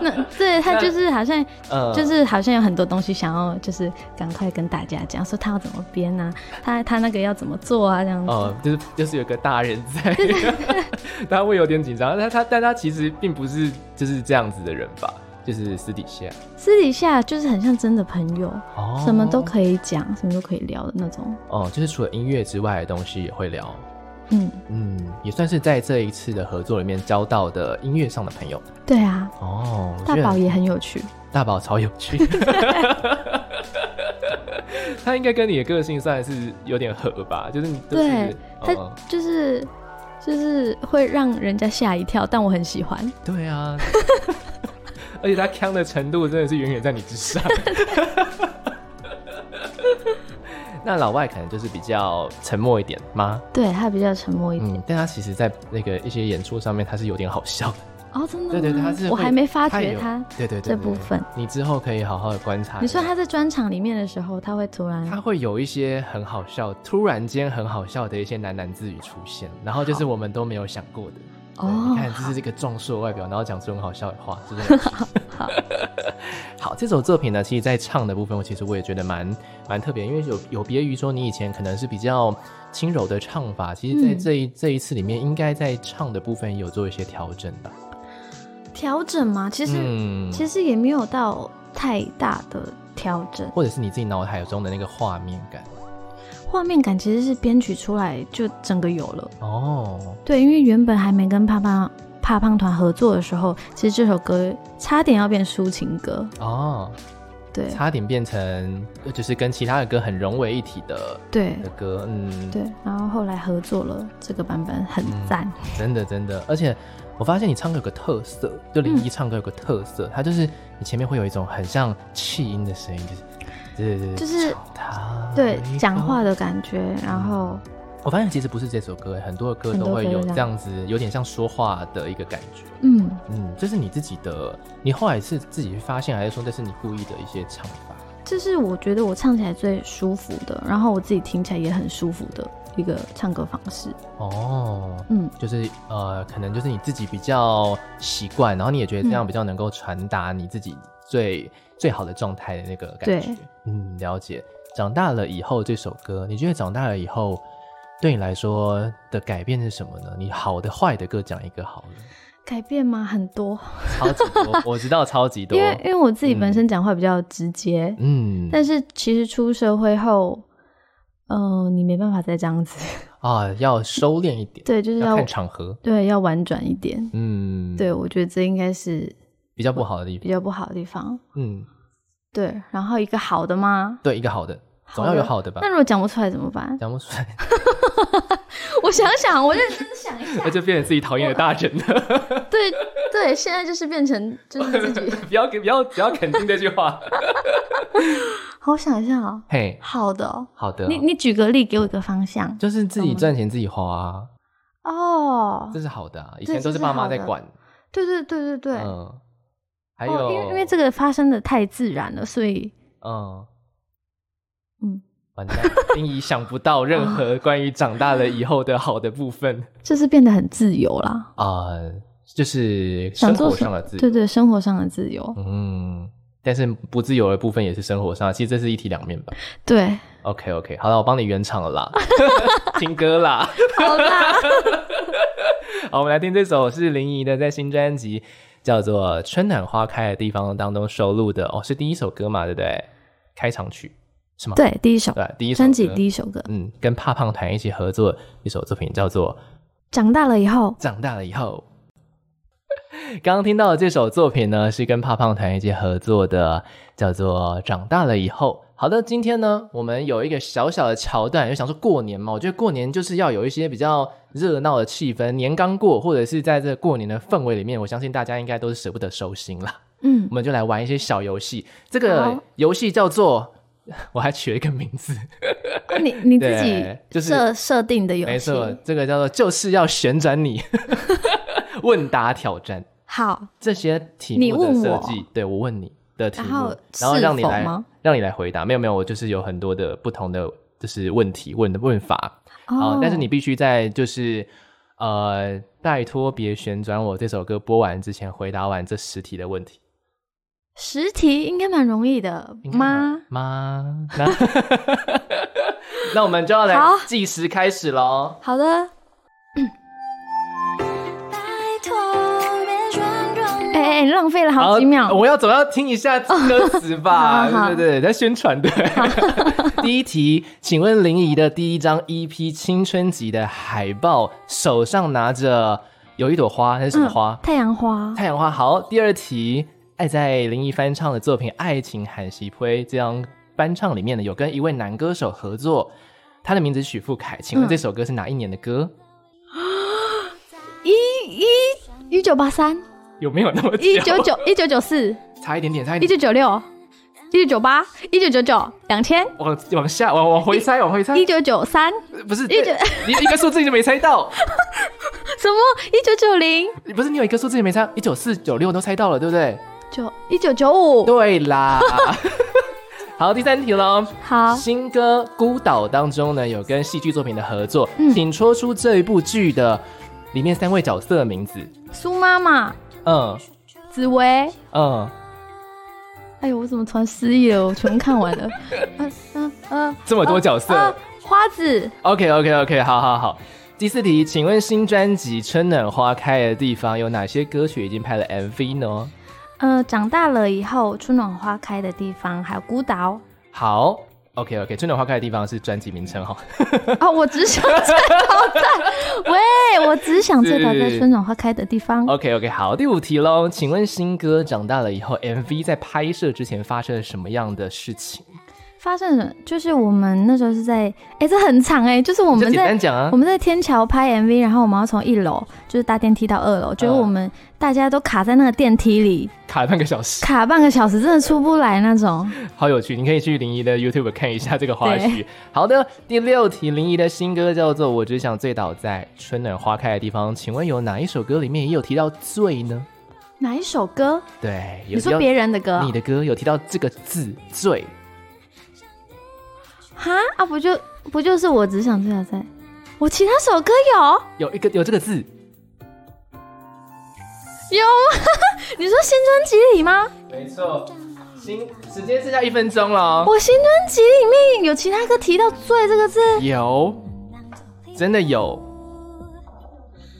Speaker 3: 那对他就是好像
Speaker 1: 嗯，
Speaker 3: 就是好像有很多东西想要，就是赶快跟大家讲，说他要怎么编啊，他他那个要怎么做啊，这样子。
Speaker 1: 哦，就是就是有个大人在， 大家会有点紧张，但他但他其实并不是就是这样子的人吧，就是私底下
Speaker 3: 私底下就是很像真的朋友，
Speaker 1: 哦，
Speaker 3: 什么都可以讲，什么都可以聊的那种。
Speaker 1: 哦，就是除了音乐之外的东西也会聊，
Speaker 3: 嗯，
Speaker 1: 嗯，也算是在这一次的合作里面交到的音乐上的朋友
Speaker 3: 对啊，
Speaker 1: 哦。我觉
Speaker 3: 大
Speaker 1: 得
Speaker 3: 宝也很有趣，
Speaker 1: 大宝超有趣， 他应该跟你的个性算是有点合吧？就是你都是
Speaker 3: 对他
Speaker 1: 嗯
Speaker 3: 就是就是会让人家吓一跳，但我很喜欢。
Speaker 1: 对啊， 而且他腔的程度真的是远远在你之上。 那老外可能就是比较沉默一点吗？
Speaker 3: 对他比较沉默一点。
Speaker 1: 嗯，但他其实，在那个一些演出上面，他是有点好笑的。
Speaker 3: 哦，真的吗？
Speaker 1: 嗯对对对，他是
Speaker 3: 我
Speaker 1: 会
Speaker 3: 还没发觉
Speaker 1: 有
Speaker 3: 他。
Speaker 1: 对对对
Speaker 3: 这部
Speaker 1: 对对
Speaker 3: 分
Speaker 1: 你之后可以好好的观察。
Speaker 3: 你说他在专场里面的时候，他会突然
Speaker 1: 他会有一些很好笑，突然间很好笑的一些喃喃自语出现，然后就是我们都没有想过的。对
Speaker 3: 哦
Speaker 1: 你看这是一个壮硕的外表，然后讲出很好笑的话，是不是很有趣？好，这首作品呢，其实在唱的部分，我其实我也觉得蛮蛮特别，因为有有别于说你以前可能是比较轻柔的唱法，其实在
Speaker 3: 嗯
Speaker 1: 这一、这一次里面，应该在唱的部分也有做一些调整吧。
Speaker 3: 调整嘛，其实、
Speaker 1: 嗯
Speaker 3: 其实也没有到太大的调整，
Speaker 1: 或者是你自己脑海中的那个画面感
Speaker 3: 画面感其实是编曲出来就整个有了。
Speaker 1: 哦，
Speaker 3: 对，因为原本还没跟胖胖怕胖团合作的时候，其实这首歌差点要变抒情歌，
Speaker 1: 哦，
Speaker 3: 对
Speaker 1: 差点变成呃就是跟其他的歌很融为一体的
Speaker 3: 对
Speaker 1: 的歌，嗯，
Speaker 3: 对，然后后来合作了这个版本，很赞。
Speaker 1: 真的真的，而且我发现你唱歌有个特色，就林一唱歌有个特
Speaker 3: 嗯
Speaker 1: 色，它就是你前面会有一种很像气音的声音，就是对对对，
Speaker 3: 就是
Speaker 1: 找他
Speaker 3: 对
Speaker 1: 一个
Speaker 3: 讲话。的感觉，然后
Speaker 1: 我发现其实不是这首歌，很多的歌
Speaker 3: 很
Speaker 1: 都
Speaker 3: 多
Speaker 1: 会
Speaker 3: 歌
Speaker 1: 有
Speaker 3: 都这
Speaker 1: 这
Speaker 3: 样
Speaker 1: 样子，有点像说话的一个感觉。
Speaker 3: 嗯，
Speaker 1: 嗯，这是你自己的，你后来是自己发现，还是说这是你故意的一些唱法？
Speaker 3: 这是我觉得我唱起来最舒服的，然后我自己听起来也很舒服的一个唱歌方式。
Speaker 1: 哦，
Speaker 3: 嗯，
Speaker 1: 就是呃，可能就是你自己比较习惯，然后你也觉得这样
Speaker 3: 嗯
Speaker 1: 比较能够传达你自己最、最好的状态的那个感觉
Speaker 3: 对。
Speaker 1: 嗯，了解。长大了以后，这首歌，你觉得长大了以后对你来说的改变是什么呢？你好的、坏的各讲一个好了，
Speaker 3: 改变吗？很多，
Speaker 1: 超级 多，我知道超级多
Speaker 3: 因。为因为我自己本身讲话比较直接，
Speaker 1: 嗯，
Speaker 3: 但是其实出社会后，嗯、你没办法再这样子，
Speaker 1: 啊，要收敛一点，
Speaker 3: 对，就是
Speaker 1: 要
Speaker 3: 要
Speaker 1: 看场合。
Speaker 3: 对要婉转一点。
Speaker 1: 嗯，，
Speaker 3: 对，我觉得这应该是
Speaker 1: 比较不好的地
Speaker 3: 比
Speaker 1: 方。
Speaker 3: 较不好的地方。
Speaker 1: 嗯，
Speaker 3: 对，然后一个好的吗？
Speaker 1: 对，一个好的，总
Speaker 3: 好
Speaker 1: 要有
Speaker 3: 的
Speaker 1: 好的吧
Speaker 3: 那。如果讲不出来怎么办？
Speaker 1: 讲不出来，
Speaker 3: 我想想，我认真想一下
Speaker 1: 那。就变成自己讨厌的大人了。
Speaker 3: 对对，现在就是变成就是自 己，
Speaker 1: 不要给不要不要肯定这句话。
Speaker 3: 好我想一下哦。
Speaker 1: 嘿，
Speaker 3: 好的哦、
Speaker 1: 好的，
Speaker 3: 你你举个例，给我一个方向
Speaker 1: 就是自己赚钱自己花啊，
Speaker 3: 哦
Speaker 1: 这。是好的啊。以
Speaker 3: 这
Speaker 1: 前都是爸妈在
Speaker 3: 这是好的
Speaker 1: 管，
Speaker 3: 对对对对对，
Speaker 1: 嗯，还
Speaker 3: 哦，
Speaker 1: 有
Speaker 3: 因为因为这个发生的太自然了，所以
Speaker 1: 嗯
Speaker 3: 嗯，
Speaker 1: 完蛋，丁怡想不到任 何关于长大了以后的好的部分
Speaker 3: 就是变得很自由啦。
Speaker 1: 啊，就是
Speaker 3: 想
Speaker 1: 生
Speaker 3: 做
Speaker 1: 活
Speaker 3: 什
Speaker 1: 上
Speaker 3: 么
Speaker 1: 的？自
Speaker 3: 对
Speaker 1: 由，
Speaker 3: 对，生活上的自由。
Speaker 1: 嗯。但是不自由的部分也是生活上，其实这是一体两面吧。
Speaker 3: 对，
Speaker 1: OK OK，好了，我帮你圆场了 啦，听歌啦。
Speaker 3: 好啦，
Speaker 1: 好，我们来听这首是林怡的，在新专辑叫做《春暖花开的地方》当中收录的哦，是第一首歌嘛，对不对？开场曲是吗？
Speaker 3: 对，第一首
Speaker 1: 对，啊第一首
Speaker 3: 专辑
Speaker 1: 歌
Speaker 3: 第一首歌，
Speaker 1: 嗯，跟怕胖团一起合作一首作品叫做
Speaker 3: 长大了以后，
Speaker 1: 长大了以后。 刚刚听到的这首作品呢，是跟胖胖团一起合作的，叫做《长大了以后》。好的，今天呢，我们有一个小小的桥段，就想说过年嘛，我觉得过年就是要有一些比较热闹的气氛。年刚过，或者是在这过年的氛围里面，我相信大家应该都是舍不得收心啦。
Speaker 3: 嗯
Speaker 1: 我，们就来玩一些小游戏，这
Speaker 3: 好
Speaker 1: 个游戏叫做， 我还取了一个名字，
Speaker 3: 哦你你自己
Speaker 1: 对就是
Speaker 3: 设设定的游戏，
Speaker 1: 没错，这个叫做就是要旋转你 问答挑战。
Speaker 3: 好，
Speaker 1: 这些题
Speaker 3: 你
Speaker 1: 目的
Speaker 3: 问
Speaker 1: 设
Speaker 3: 我
Speaker 1: 计，对我问你的题目，
Speaker 3: 然后
Speaker 1: 然后
Speaker 3: 是
Speaker 1: 让你
Speaker 3: 否
Speaker 1: 来
Speaker 3: 吗
Speaker 1: 让你来回答。没有没有，我就是有很多的不同的就是问题问的问法啊、
Speaker 3: 哦，
Speaker 1: 但是你必须在就是呃，拜托别旋转我这首歌播完之前回答完这十题的问题。
Speaker 3: 实题应该蛮容易的
Speaker 1: 应该
Speaker 3: 吗？
Speaker 1: 吗？那 那我们就要来
Speaker 3: 好
Speaker 1: 计时开始喽。
Speaker 3: 好的，
Speaker 2: 拜托，别转转哦
Speaker 3: 哎、哎、你浪费了好几秒。
Speaker 1: 我要总要听一下歌词吧，
Speaker 3: 好好
Speaker 1: 对对对，在宣传 的。第一题，请问林怡的第一张 EP 青春集的海报，手上拿着有一朵花，那是什么花？
Speaker 3: 太阳花，
Speaker 1: 太阳花。好，第二题，爱在林怡翻唱的作品《爱情喊席呸》这张翻唱里面呢，有跟一位男歌手合作，他的名字是许富凯。请
Speaker 3: 嗯
Speaker 1: 问这首歌是哪一年的歌？
Speaker 3: 一一一九八三，
Speaker 1: 有没有那么久？
Speaker 3: 一九九一九九四，
Speaker 1: 差一点点，差一
Speaker 3: 一
Speaker 1: 点
Speaker 3: 九
Speaker 1: 点。
Speaker 3: 九六，一九九八，一九九九，两千，
Speaker 1: 往往下，往往回猜，往回猜。
Speaker 3: 一九九三，
Speaker 1: 不是，
Speaker 3: 一九
Speaker 1: 你一个数字你就没猜到，
Speaker 3: 什么一九九零
Speaker 1: 你不是你有一个数字你没猜，一九四九六都猜到了，对不对？
Speaker 3: 九一九九五，
Speaker 1: 对啦。 好，第三题喽。
Speaker 3: 好，
Speaker 1: 新歌《孤岛》当中呢，有跟戏剧作品的合作，
Speaker 3: 嗯
Speaker 1: 请说出这一部剧的里面三位角色的名字。
Speaker 3: 苏妈妈，
Speaker 1: 嗯
Speaker 3: 紫薇，
Speaker 1: 嗯，
Speaker 3: 哎呦，我怎么突然失忆了？我全部看完了， 嗯嗯嗯，
Speaker 1: 这么多角色。
Speaker 3: 啊，花子，
Speaker 1: OK OK OK，好好好。第四题，请问新专辑《春暖花开》的地方有哪些歌曲已经拍了 MV 呢？
Speaker 3: 呃，长大了以后，春暖花开的地方，还有孤岛。
Speaker 1: 好，OK OK，《春暖花开》的地方是专辑名称哈。
Speaker 3: 哦，我只想最 好在，喂，我只想最好在春暖花开的地方。
Speaker 1: OK OK，好，第五题喽，请问新歌长大了以后，MV 在拍摄之前发生了什么样的事情？
Speaker 3: 发生了，就是我们那时候是在，哎、这很长哎、就是我
Speaker 1: 你就
Speaker 3: 们
Speaker 1: 简
Speaker 3: 在
Speaker 1: 单讲啊
Speaker 3: 我。们在天桥拍 MV，然后我们要从一楼就是搭电梯到二楼，结果
Speaker 1: 嗯
Speaker 3: 我们大家都卡在那个电梯里，
Speaker 1: 卡了半个小时，
Speaker 3: 卡半个小时，真的出不来那种。
Speaker 1: 好有趣！你可以去林怡的 YouTube 看一下这个花絮。好的，第六题，林怡的新歌叫做《我只想醉倒在春暖花开的地方》，请问有哪一首歌里面也有提到“醉”呢？
Speaker 3: 哪一首歌？
Speaker 1: 对，有
Speaker 3: 你
Speaker 1: 提
Speaker 3: 说
Speaker 1: 到
Speaker 3: 别人的歌哦？
Speaker 1: 你的歌有提到这个字“醉
Speaker 3: 哈啊，不就不就是我只想最好在，我其他首歌有。”，
Speaker 1: 有一个有这个字，
Speaker 3: 有吗？ 你说新专辑里吗？
Speaker 1: 没错。新时间剩下一分钟了，
Speaker 3: 我新专辑里面有其他歌提到“醉”这个字，
Speaker 1: 有，真的有。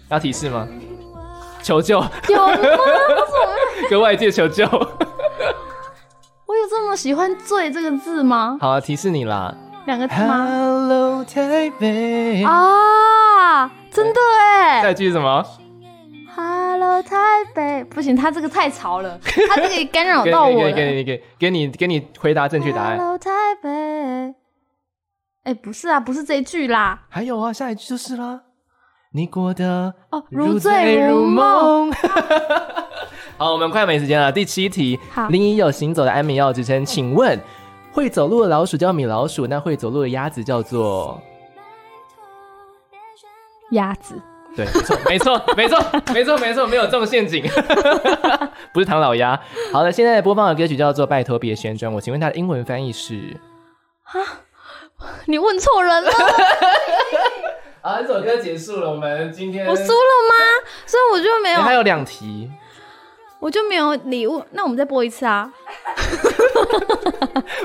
Speaker 1: 要提示吗？求救，
Speaker 3: 有吗？
Speaker 1: 跟外界求 救。
Speaker 3: 我有这么喜欢“醉”这个字吗？
Speaker 1: 好、啊，提示你啦。
Speaker 3: 两个字吗？
Speaker 1: Hello，台北。
Speaker 3: 哦啊，真的哎
Speaker 1: 下一句是什么？
Speaker 3: 哦！Hello 台北，不行，他这个太潮 了，他这个也干扰
Speaker 1: 给
Speaker 3: 到我
Speaker 1: 你给
Speaker 3: 了。
Speaker 1: 你给你给你给你回答正确答案。
Speaker 3: Hello 台北，哎，不是啊，不是这一句啦。
Speaker 1: 还有啊，下一句就是啦。你过得
Speaker 3: 哦，如醉如梦。。
Speaker 1: 好，我们快没时间了。第七题
Speaker 3: 好，
Speaker 1: 林怡有行走的安眠药之称，请问会走路的老鼠叫米老鼠，那会走路的鸭子叫做？
Speaker 3: 鸭子，
Speaker 1: 对，没错，没错，没错，没错，没错，没有中陷阱， 不是唐老鸭。好的，现在播放的歌曲叫做《拜托别旋转我》，请问它的英文翻译是？
Speaker 3: 你问错人了。
Speaker 1: 好，这首歌结束了，我们今天
Speaker 3: 我 输了吗？所以我就没
Speaker 1: 你
Speaker 3: 有，
Speaker 1: 还有两题，
Speaker 3: 我就没有礼物。那我们再播一次啊！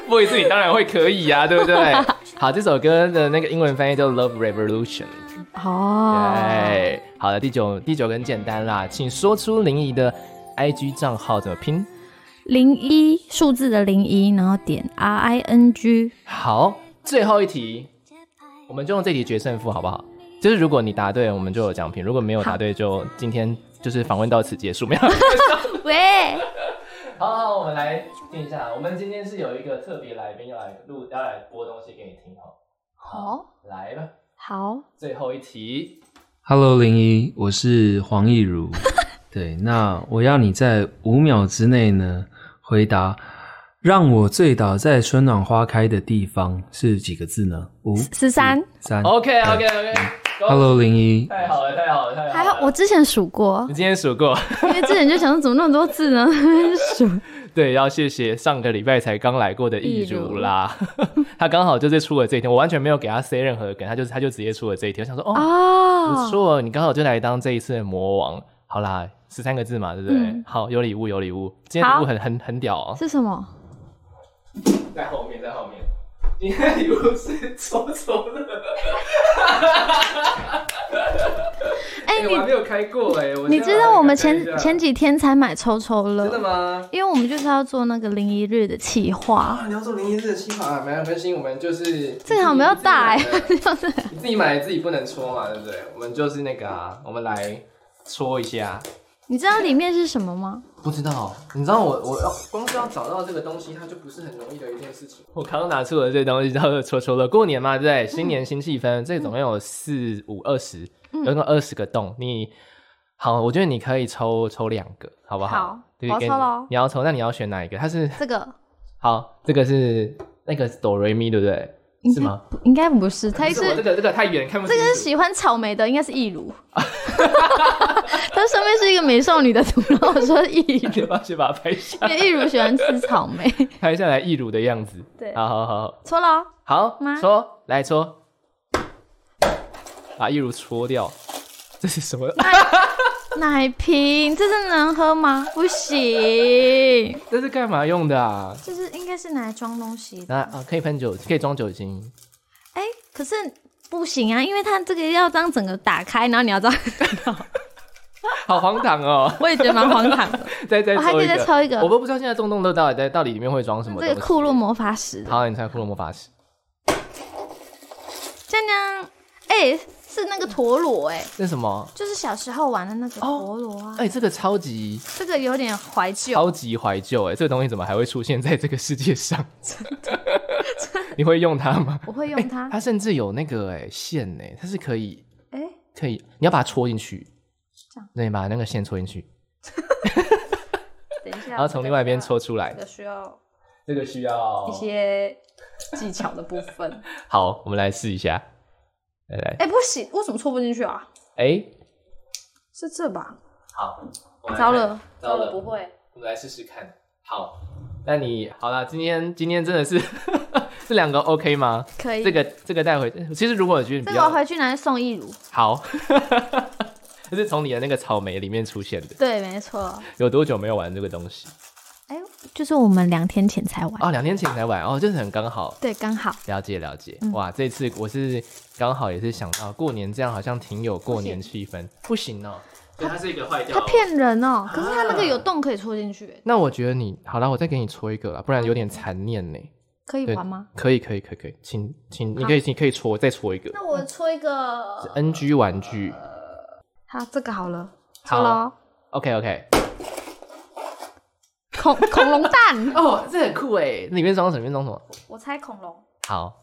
Speaker 1: 播一次你当然会可以呀、对不对？ 好，这首歌的那个英文翻译叫《Love Revolution》。
Speaker 3: 哦
Speaker 1: 对，好的，第九第九个很简单啦，请说出林怡的 IG 账号怎么拼。
Speaker 3: 零一数字的零一，然后点 R I N G。
Speaker 1: 好，最后一题，我们就用这题决胜负，好不好？就是如果你答对，我们就有奖品；如果没有答对，就今天就是访问到此结束，没有。
Speaker 3: 喂，
Speaker 1: 好好，我们来听一下，我们今天是有一个特别来宾要来录，要来播东西给你听哦。
Speaker 3: 好，
Speaker 1: 来吧，
Speaker 3: 好，
Speaker 1: 最后一题。
Speaker 6: Hello，零一，我是黄义儒。对，那我要你在五秒之内呢回答，让我醉倒在春暖花开的地方是几个字呢？五
Speaker 3: 十三。
Speaker 6: 三。
Speaker 1: OK OK OK。
Speaker 6: Hello，零一，
Speaker 1: 太好了，太好了，太好了。
Speaker 3: 还好我之前数过
Speaker 1: 你，今天数过，
Speaker 3: 因为之前就想说怎么那么多字呢？ 数
Speaker 1: 对，要谢谢上个礼拜才刚来过的易
Speaker 3: 易
Speaker 1: 如
Speaker 3: 如
Speaker 1: 啦， 他刚好就是出了这一天，我完全没有给他塞任何的梗，他就是他就直接出了这一天，我想说哦，不
Speaker 3: 哦，
Speaker 1: 错，你刚好就来当这一次的魔王，好啦，十三个字嘛，对不对？
Speaker 3: 嗯
Speaker 1: 好，有礼物，有礼物，今天礼物
Speaker 3: 好
Speaker 1: 很很很屌哦，
Speaker 3: 是什么？
Speaker 1: 在后面，在后面。今天礼物是抽抽乐，
Speaker 3: 哎，
Speaker 1: 哎我还没有开过哎，
Speaker 3: 你知道我们
Speaker 1: 现在
Speaker 3: 前
Speaker 1: 来
Speaker 3: 前几天才买抽抽
Speaker 1: 看一下真的
Speaker 3: 乐，
Speaker 1: 吗？
Speaker 3: 因为我们就是要做那个零一日的企划，
Speaker 1: 啊，你要做零一日的新法，没有分心，我们就是
Speaker 3: 这个好像没有大哎、
Speaker 1: 你自己买 的
Speaker 3: 就是
Speaker 1: 你自己买的自己不能戳嘛，对不对？我们就是那个啊，我们来戳一下。
Speaker 3: 你知道里面是什么吗？
Speaker 1: 不知道，你知道我我要光是要找到这个东西，它就不是很容易的一件事情。我刚刚拿出了这东西，叫做戳戳乐。过年嘛，对不对？新年新气氛，这总共有四五二十，
Speaker 3: 嗯
Speaker 1: 有个二十个洞。你好，我觉得你可以抽抽两个，好不好？
Speaker 3: 好
Speaker 1: 就是
Speaker 3: 我
Speaker 1: 给
Speaker 3: 抽
Speaker 1: 你
Speaker 3: 咯
Speaker 1: 你要抽，那你要选哪一个？它是
Speaker 3: 这个
Speaker 1: 好，这个是那个是哆瑞咪，对不对？
Speaker 3: 应
Speaker 1: 是
Speaker 3: 该
Speaker 1: 吗？
Speaker 3: 应该不是，嗯它
Speaker 1: 不我这
Speaker 3: 是
Speaker 1: 个这个太远，看不
Speaker 3: 这
Speaker 1: 清楚。
Speaker 3: 个是喜欢草莓的，应该是易乳。它上面是一个美少女的图，然后我说易乳，
Speaker 1: 要不要先把它拍下
Speaker 3: 因为易乳喜欢吃草莓。
Speaker 1: 拍下来易乳的样子。
Speaker 3: 对
Speaker 1: 好好好
Speaker 3: 错了，
Speaker 1: 好，
Speaker 3: 吗
Speaker 1: 搓来搓，把易乳搓掉。这是什么？啊
Speaker 3: 奶瓶这真的能喝吗？不行，
Speaker 1: 这是干嘛用的啊？
Speaker 3: 就是应该是拿来装东西的。
Speaker 1: 那啊，可以喷酒，可以装酒精。
Speaker 3: 哎、可是不行啊，因为它这个要当整个打开，然后你要这样，
Speaker 1: 好荒唐哦！
Speaker 3: 我也觉得蛮荒唐的。
Speaker 1: 再 再
Speaker 3: 我还
Speaker 1: 抽
Speaker 3: 可
Speaker 1: 一
Speaker 3: 以再
Speaker 1: 个，
Speaker 3: 抽一个
Speaker 1: 我，都不知道现在中洞乐到底在到底里面会装什么东西。
Speaker 3: 这个库洛魔法石，
Speaker 1: 好，你猜骷髅魔法石。
Speaker 3: 这样，哎、是那个陀螺、哎，
Speaker 1: 这是什么？
Speaker 3: 就是小时候玩的那个陀螺啊。
Speaker 1: 哎、这个超级
Speaker 3: 这个有点怀旧，
Speaker 1: 超级怀旧哎，这个东西怎么还会出现在这个世界 上？你会用它吗？
Speaker 3: 我会用它。
Speaker 1: 它甚至有那个哎、线哎、它是可以
Speaker 3: 哎、
Speaker 1: 可以，你要把它戳进去，
Speaker 3: 这样，
Speaker 1: 对，你把那个线戳进去，
Speaker 3: 等一下，
Speaker 1: 然后从另外一边戳哦出来
Speaker 3: 这。个需要
Speaker 1: 这个需要
Speaker 3: 一些技巧的部分。
Speaker 1: 好，我们来试一下。来来，
Speaker 3: 哎、不行，为什么戳不进去啊？
Speaker 1: 哎、
Speaker 3: 是这吧？
Speaker 1: 好，我们来
Speaker 3: 糟
Speaker 1: 看
Speaker 3: 了，
Speaker 1: 糟了，
Speaker 3: 不会。
Speaker 1: 我们来试试看。好，那你好了，今天今天真的是这两个 OK 吗？
Speaker 3: 可以
Speaker 1: 这个这个带回，其实如果我觉得你
Speaker 3: 这
Speaker 1: 比
Speaker 3: 个我
Speaker 1: 较
Speaker 3: 回去拿去送一乳。
Speaker 1: 好， 这是从你的那个草莓里面出现的。
Speaker 3: 对，没错。
Speaker 1: 有多久没有玩这个东西
Speaker 3: 哎、就是我们两天前才玩。
Speaker 1: 哦，两天前才玩哦，就是很刚好。
Speaker 3: 对，刚好。
Speaker 1: 了解了解，哇，这次我是刚好也是想到过年这样好像挺有过年气氛，不行哦，对，它是一个坏掉
Speaker 3: 他骗人哦、
Speaker 1: 啊
Speaker 3: 可是他那个有洞可以戳进去，欸
Speaker 1: 那我觉得你好了，我再给你戳一个啦，不然有点残念呢。
Speaker 3: 可以
Speaker 1: 对
Speaker 3: 玩吗？？
Speaker 1: 可以可以可以可以，请请你可以你可以戳再戳一个
Speaker 3: 那我戳一个，
Speaker 1: NG 玩具。
Speaker 3: 好，这个好了，戳
Speaker 1: 好
Speaker 3: 咯，
Speaker 1: OK OK，
Speaker 3: 恐恐龙 蛋，
Speaker 1: 哦，这很酷哎，里面装什么？里面装什么？
Speaker 3: 我猜恐龙，
Speaker 1: 好，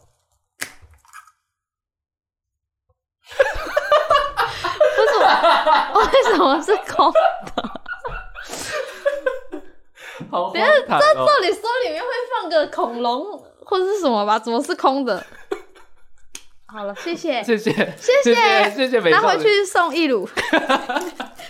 Speaker 3: 不是我，为什么是恐？
Speaker 1: 好荒唐 哦，
Speaker 3: 照理说里面会放个恐龙或者是什么吧？怎么是 空的？好了，谢谢，
Speaker 1: 谢谢
Speaker 3: 谢
Speaker 1: 谢谢谢谢美
Speaker 3: 拿
Speaker 1: 少
Speaker 3: 回
Speaker 1: 女，
Speaker 3: 去送一乳，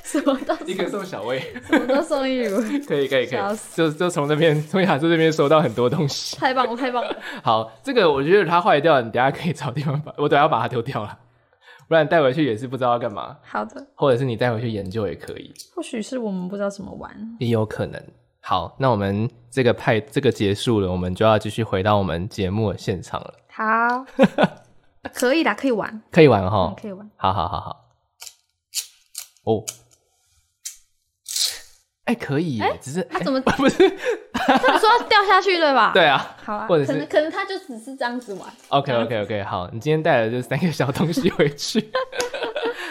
Speaker 3: 什么都
Speaker 1: 一个送小魏。
Speaker 3: 什么都送一乳，
Speaker 1: 可以可以可
Speaker 3: 笑
Speaker 1: 以，就就从这边从雅芝这边收到很多东西。
Speaker 3: 太棒了，太棒了！
Speaker 1: 好，这个我觉得它坏掉了，你等一下可以找地方把，我等一下把它丢掉了， 不然带回去也是不知道要干嘛，
Speaker 3: 好的，
Speaker 1: 或者是你带回去研究也可以，
Speaker 3: 或许是我们不知道怎么玩，
Speaker 1: 也有可能。好，那我们这个派这个结束了，我们就要继续回到我们节目的现场了，
Speaker 3: 好，可以啦，可以玩，
Speaker 1: 可以玩哈
Speaker 3: 嗯，可以玩，
Speaker 1: 好好好好。哦，哎、可以耶，只是
Speaker 3: 啊它怎么
Speaker 1: 哎不是？
Speaker 3: 他们说要掉下去对吧？，
Speaker 1: 对啊，
Speaker 3: 好啊，
Speaker 1: 或者是
Speaker 3: 可能可能他就只是这样子玩，
Speaker 1: OK OK OK，好，你今天带了这三个小东西回去。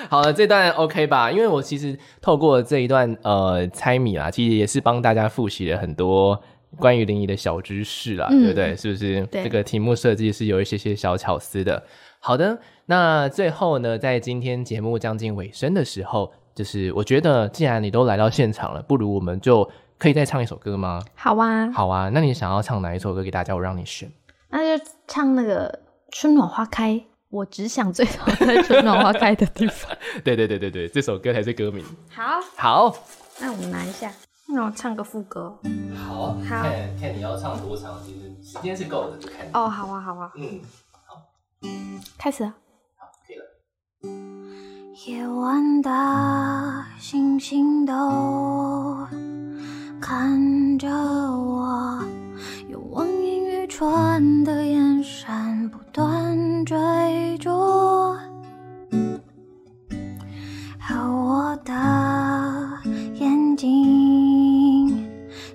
Speaker 1: 好了，这段 OK 吧？因为我其实透过这一段呃猜谜啦，其实也是帮大家复习了很多关于临沂的小知识啦，
Speaker 3: 嗯
Speaker 1: 对不对？是不是？
Speaker 3: 对
Speaker 1: 这个题目设计是有一些些小巧思的。好的，那最后呢，在今天节目将近尾声的时候，就是我觉得既然你都来到现场了，不如我们就可以再唱一首歌吗？
Speaker 3: 好啊，
Speaker 1: 好啊，那你想要唱哪一首歌给大家？我让你选。
Speaker 3: 那就唱那个《春暖花开》，我只想醉倒在春暖花开的地方。
Speaker 1: 对对对对对，这首歌才是歌名。
Speaker 3: 好，
Speaker 1: 好，
Speaker 3: 那我们拿一下，那我哦唱个副歌。
Speaker 1: 好，
Speaker 3: 好
Speaker 1: 看看你要唱多长，其实时间是够的，就看你。
Speaker 3: 哦，好啊，好啊，
Speaker 1: 嗯，
Speaker 3: 开始啊。
Speaker 2: 夜晚的星星都看着我，有网眼欲穿的眼神不断追逐。和的眼睛，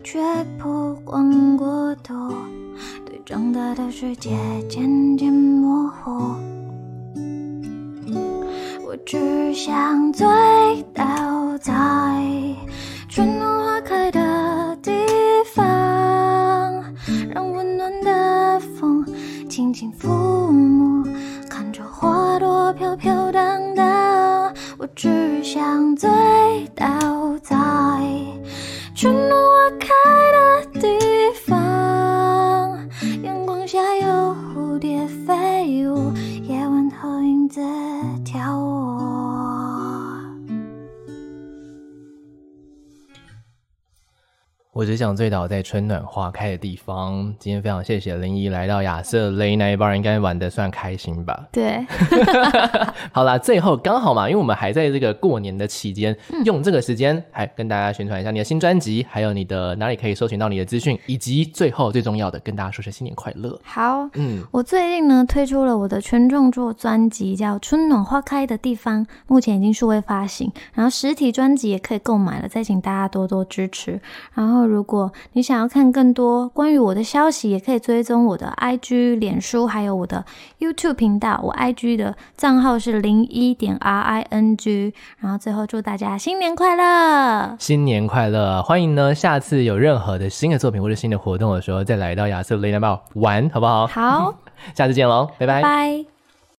Speaker 2: 却曝光过度，对长大的世界渐渐模糊。我只想醉倒在春暖花开的地方，让温暖的风轻轻抚摸，看着花朵飘飘荡荡。我只想醉倒在春暖花开的地方，阳光下有蝴蝶飞舞，夜晚和影子跳舞。
Speaker 1: 我只想醉倒在春暖花开的地方。今天非常谢谢林怡来到亚瑟雷那一帮人，应该玩的算开心吧？
Speaker 3: 对，
Speaker 1: 好啦，最后刚好嘛，因为我们还在这个过年的期间，
Speaker 3: 嗯
Speaker 1: 用这个时间还跟大家宣传一下你的新专辑，还有你的哪里可以搜寻到你的资讯，以及最后最重要的跟大家说声新年快乐。
Speaker 3: 好，
Speaker 1: 嗯，
Speaker 3: 我最近呢推出了我的全创作专辑，叫《春暖花开的地方》，目前已经数位发行，然后实体专辑也可以购买了，再请大家多多支持。然后，如果你想要看更多关于我的消息，也可以追踪我的 IG、脸书，还有我的 YouTube 频道。我 IG 的账号是零一点 R I N G。然后最后祝大家新年快乐！
Speaker 1: 新年快乐！欢迎呢，下次有任何的新的作品或者新的活动的时候，再来到亚瑟雷那 a 玩，好不好？
Speaker 3: 好，
Speaker 1: 下次见喽，拜
Speaker 3: 拜拜。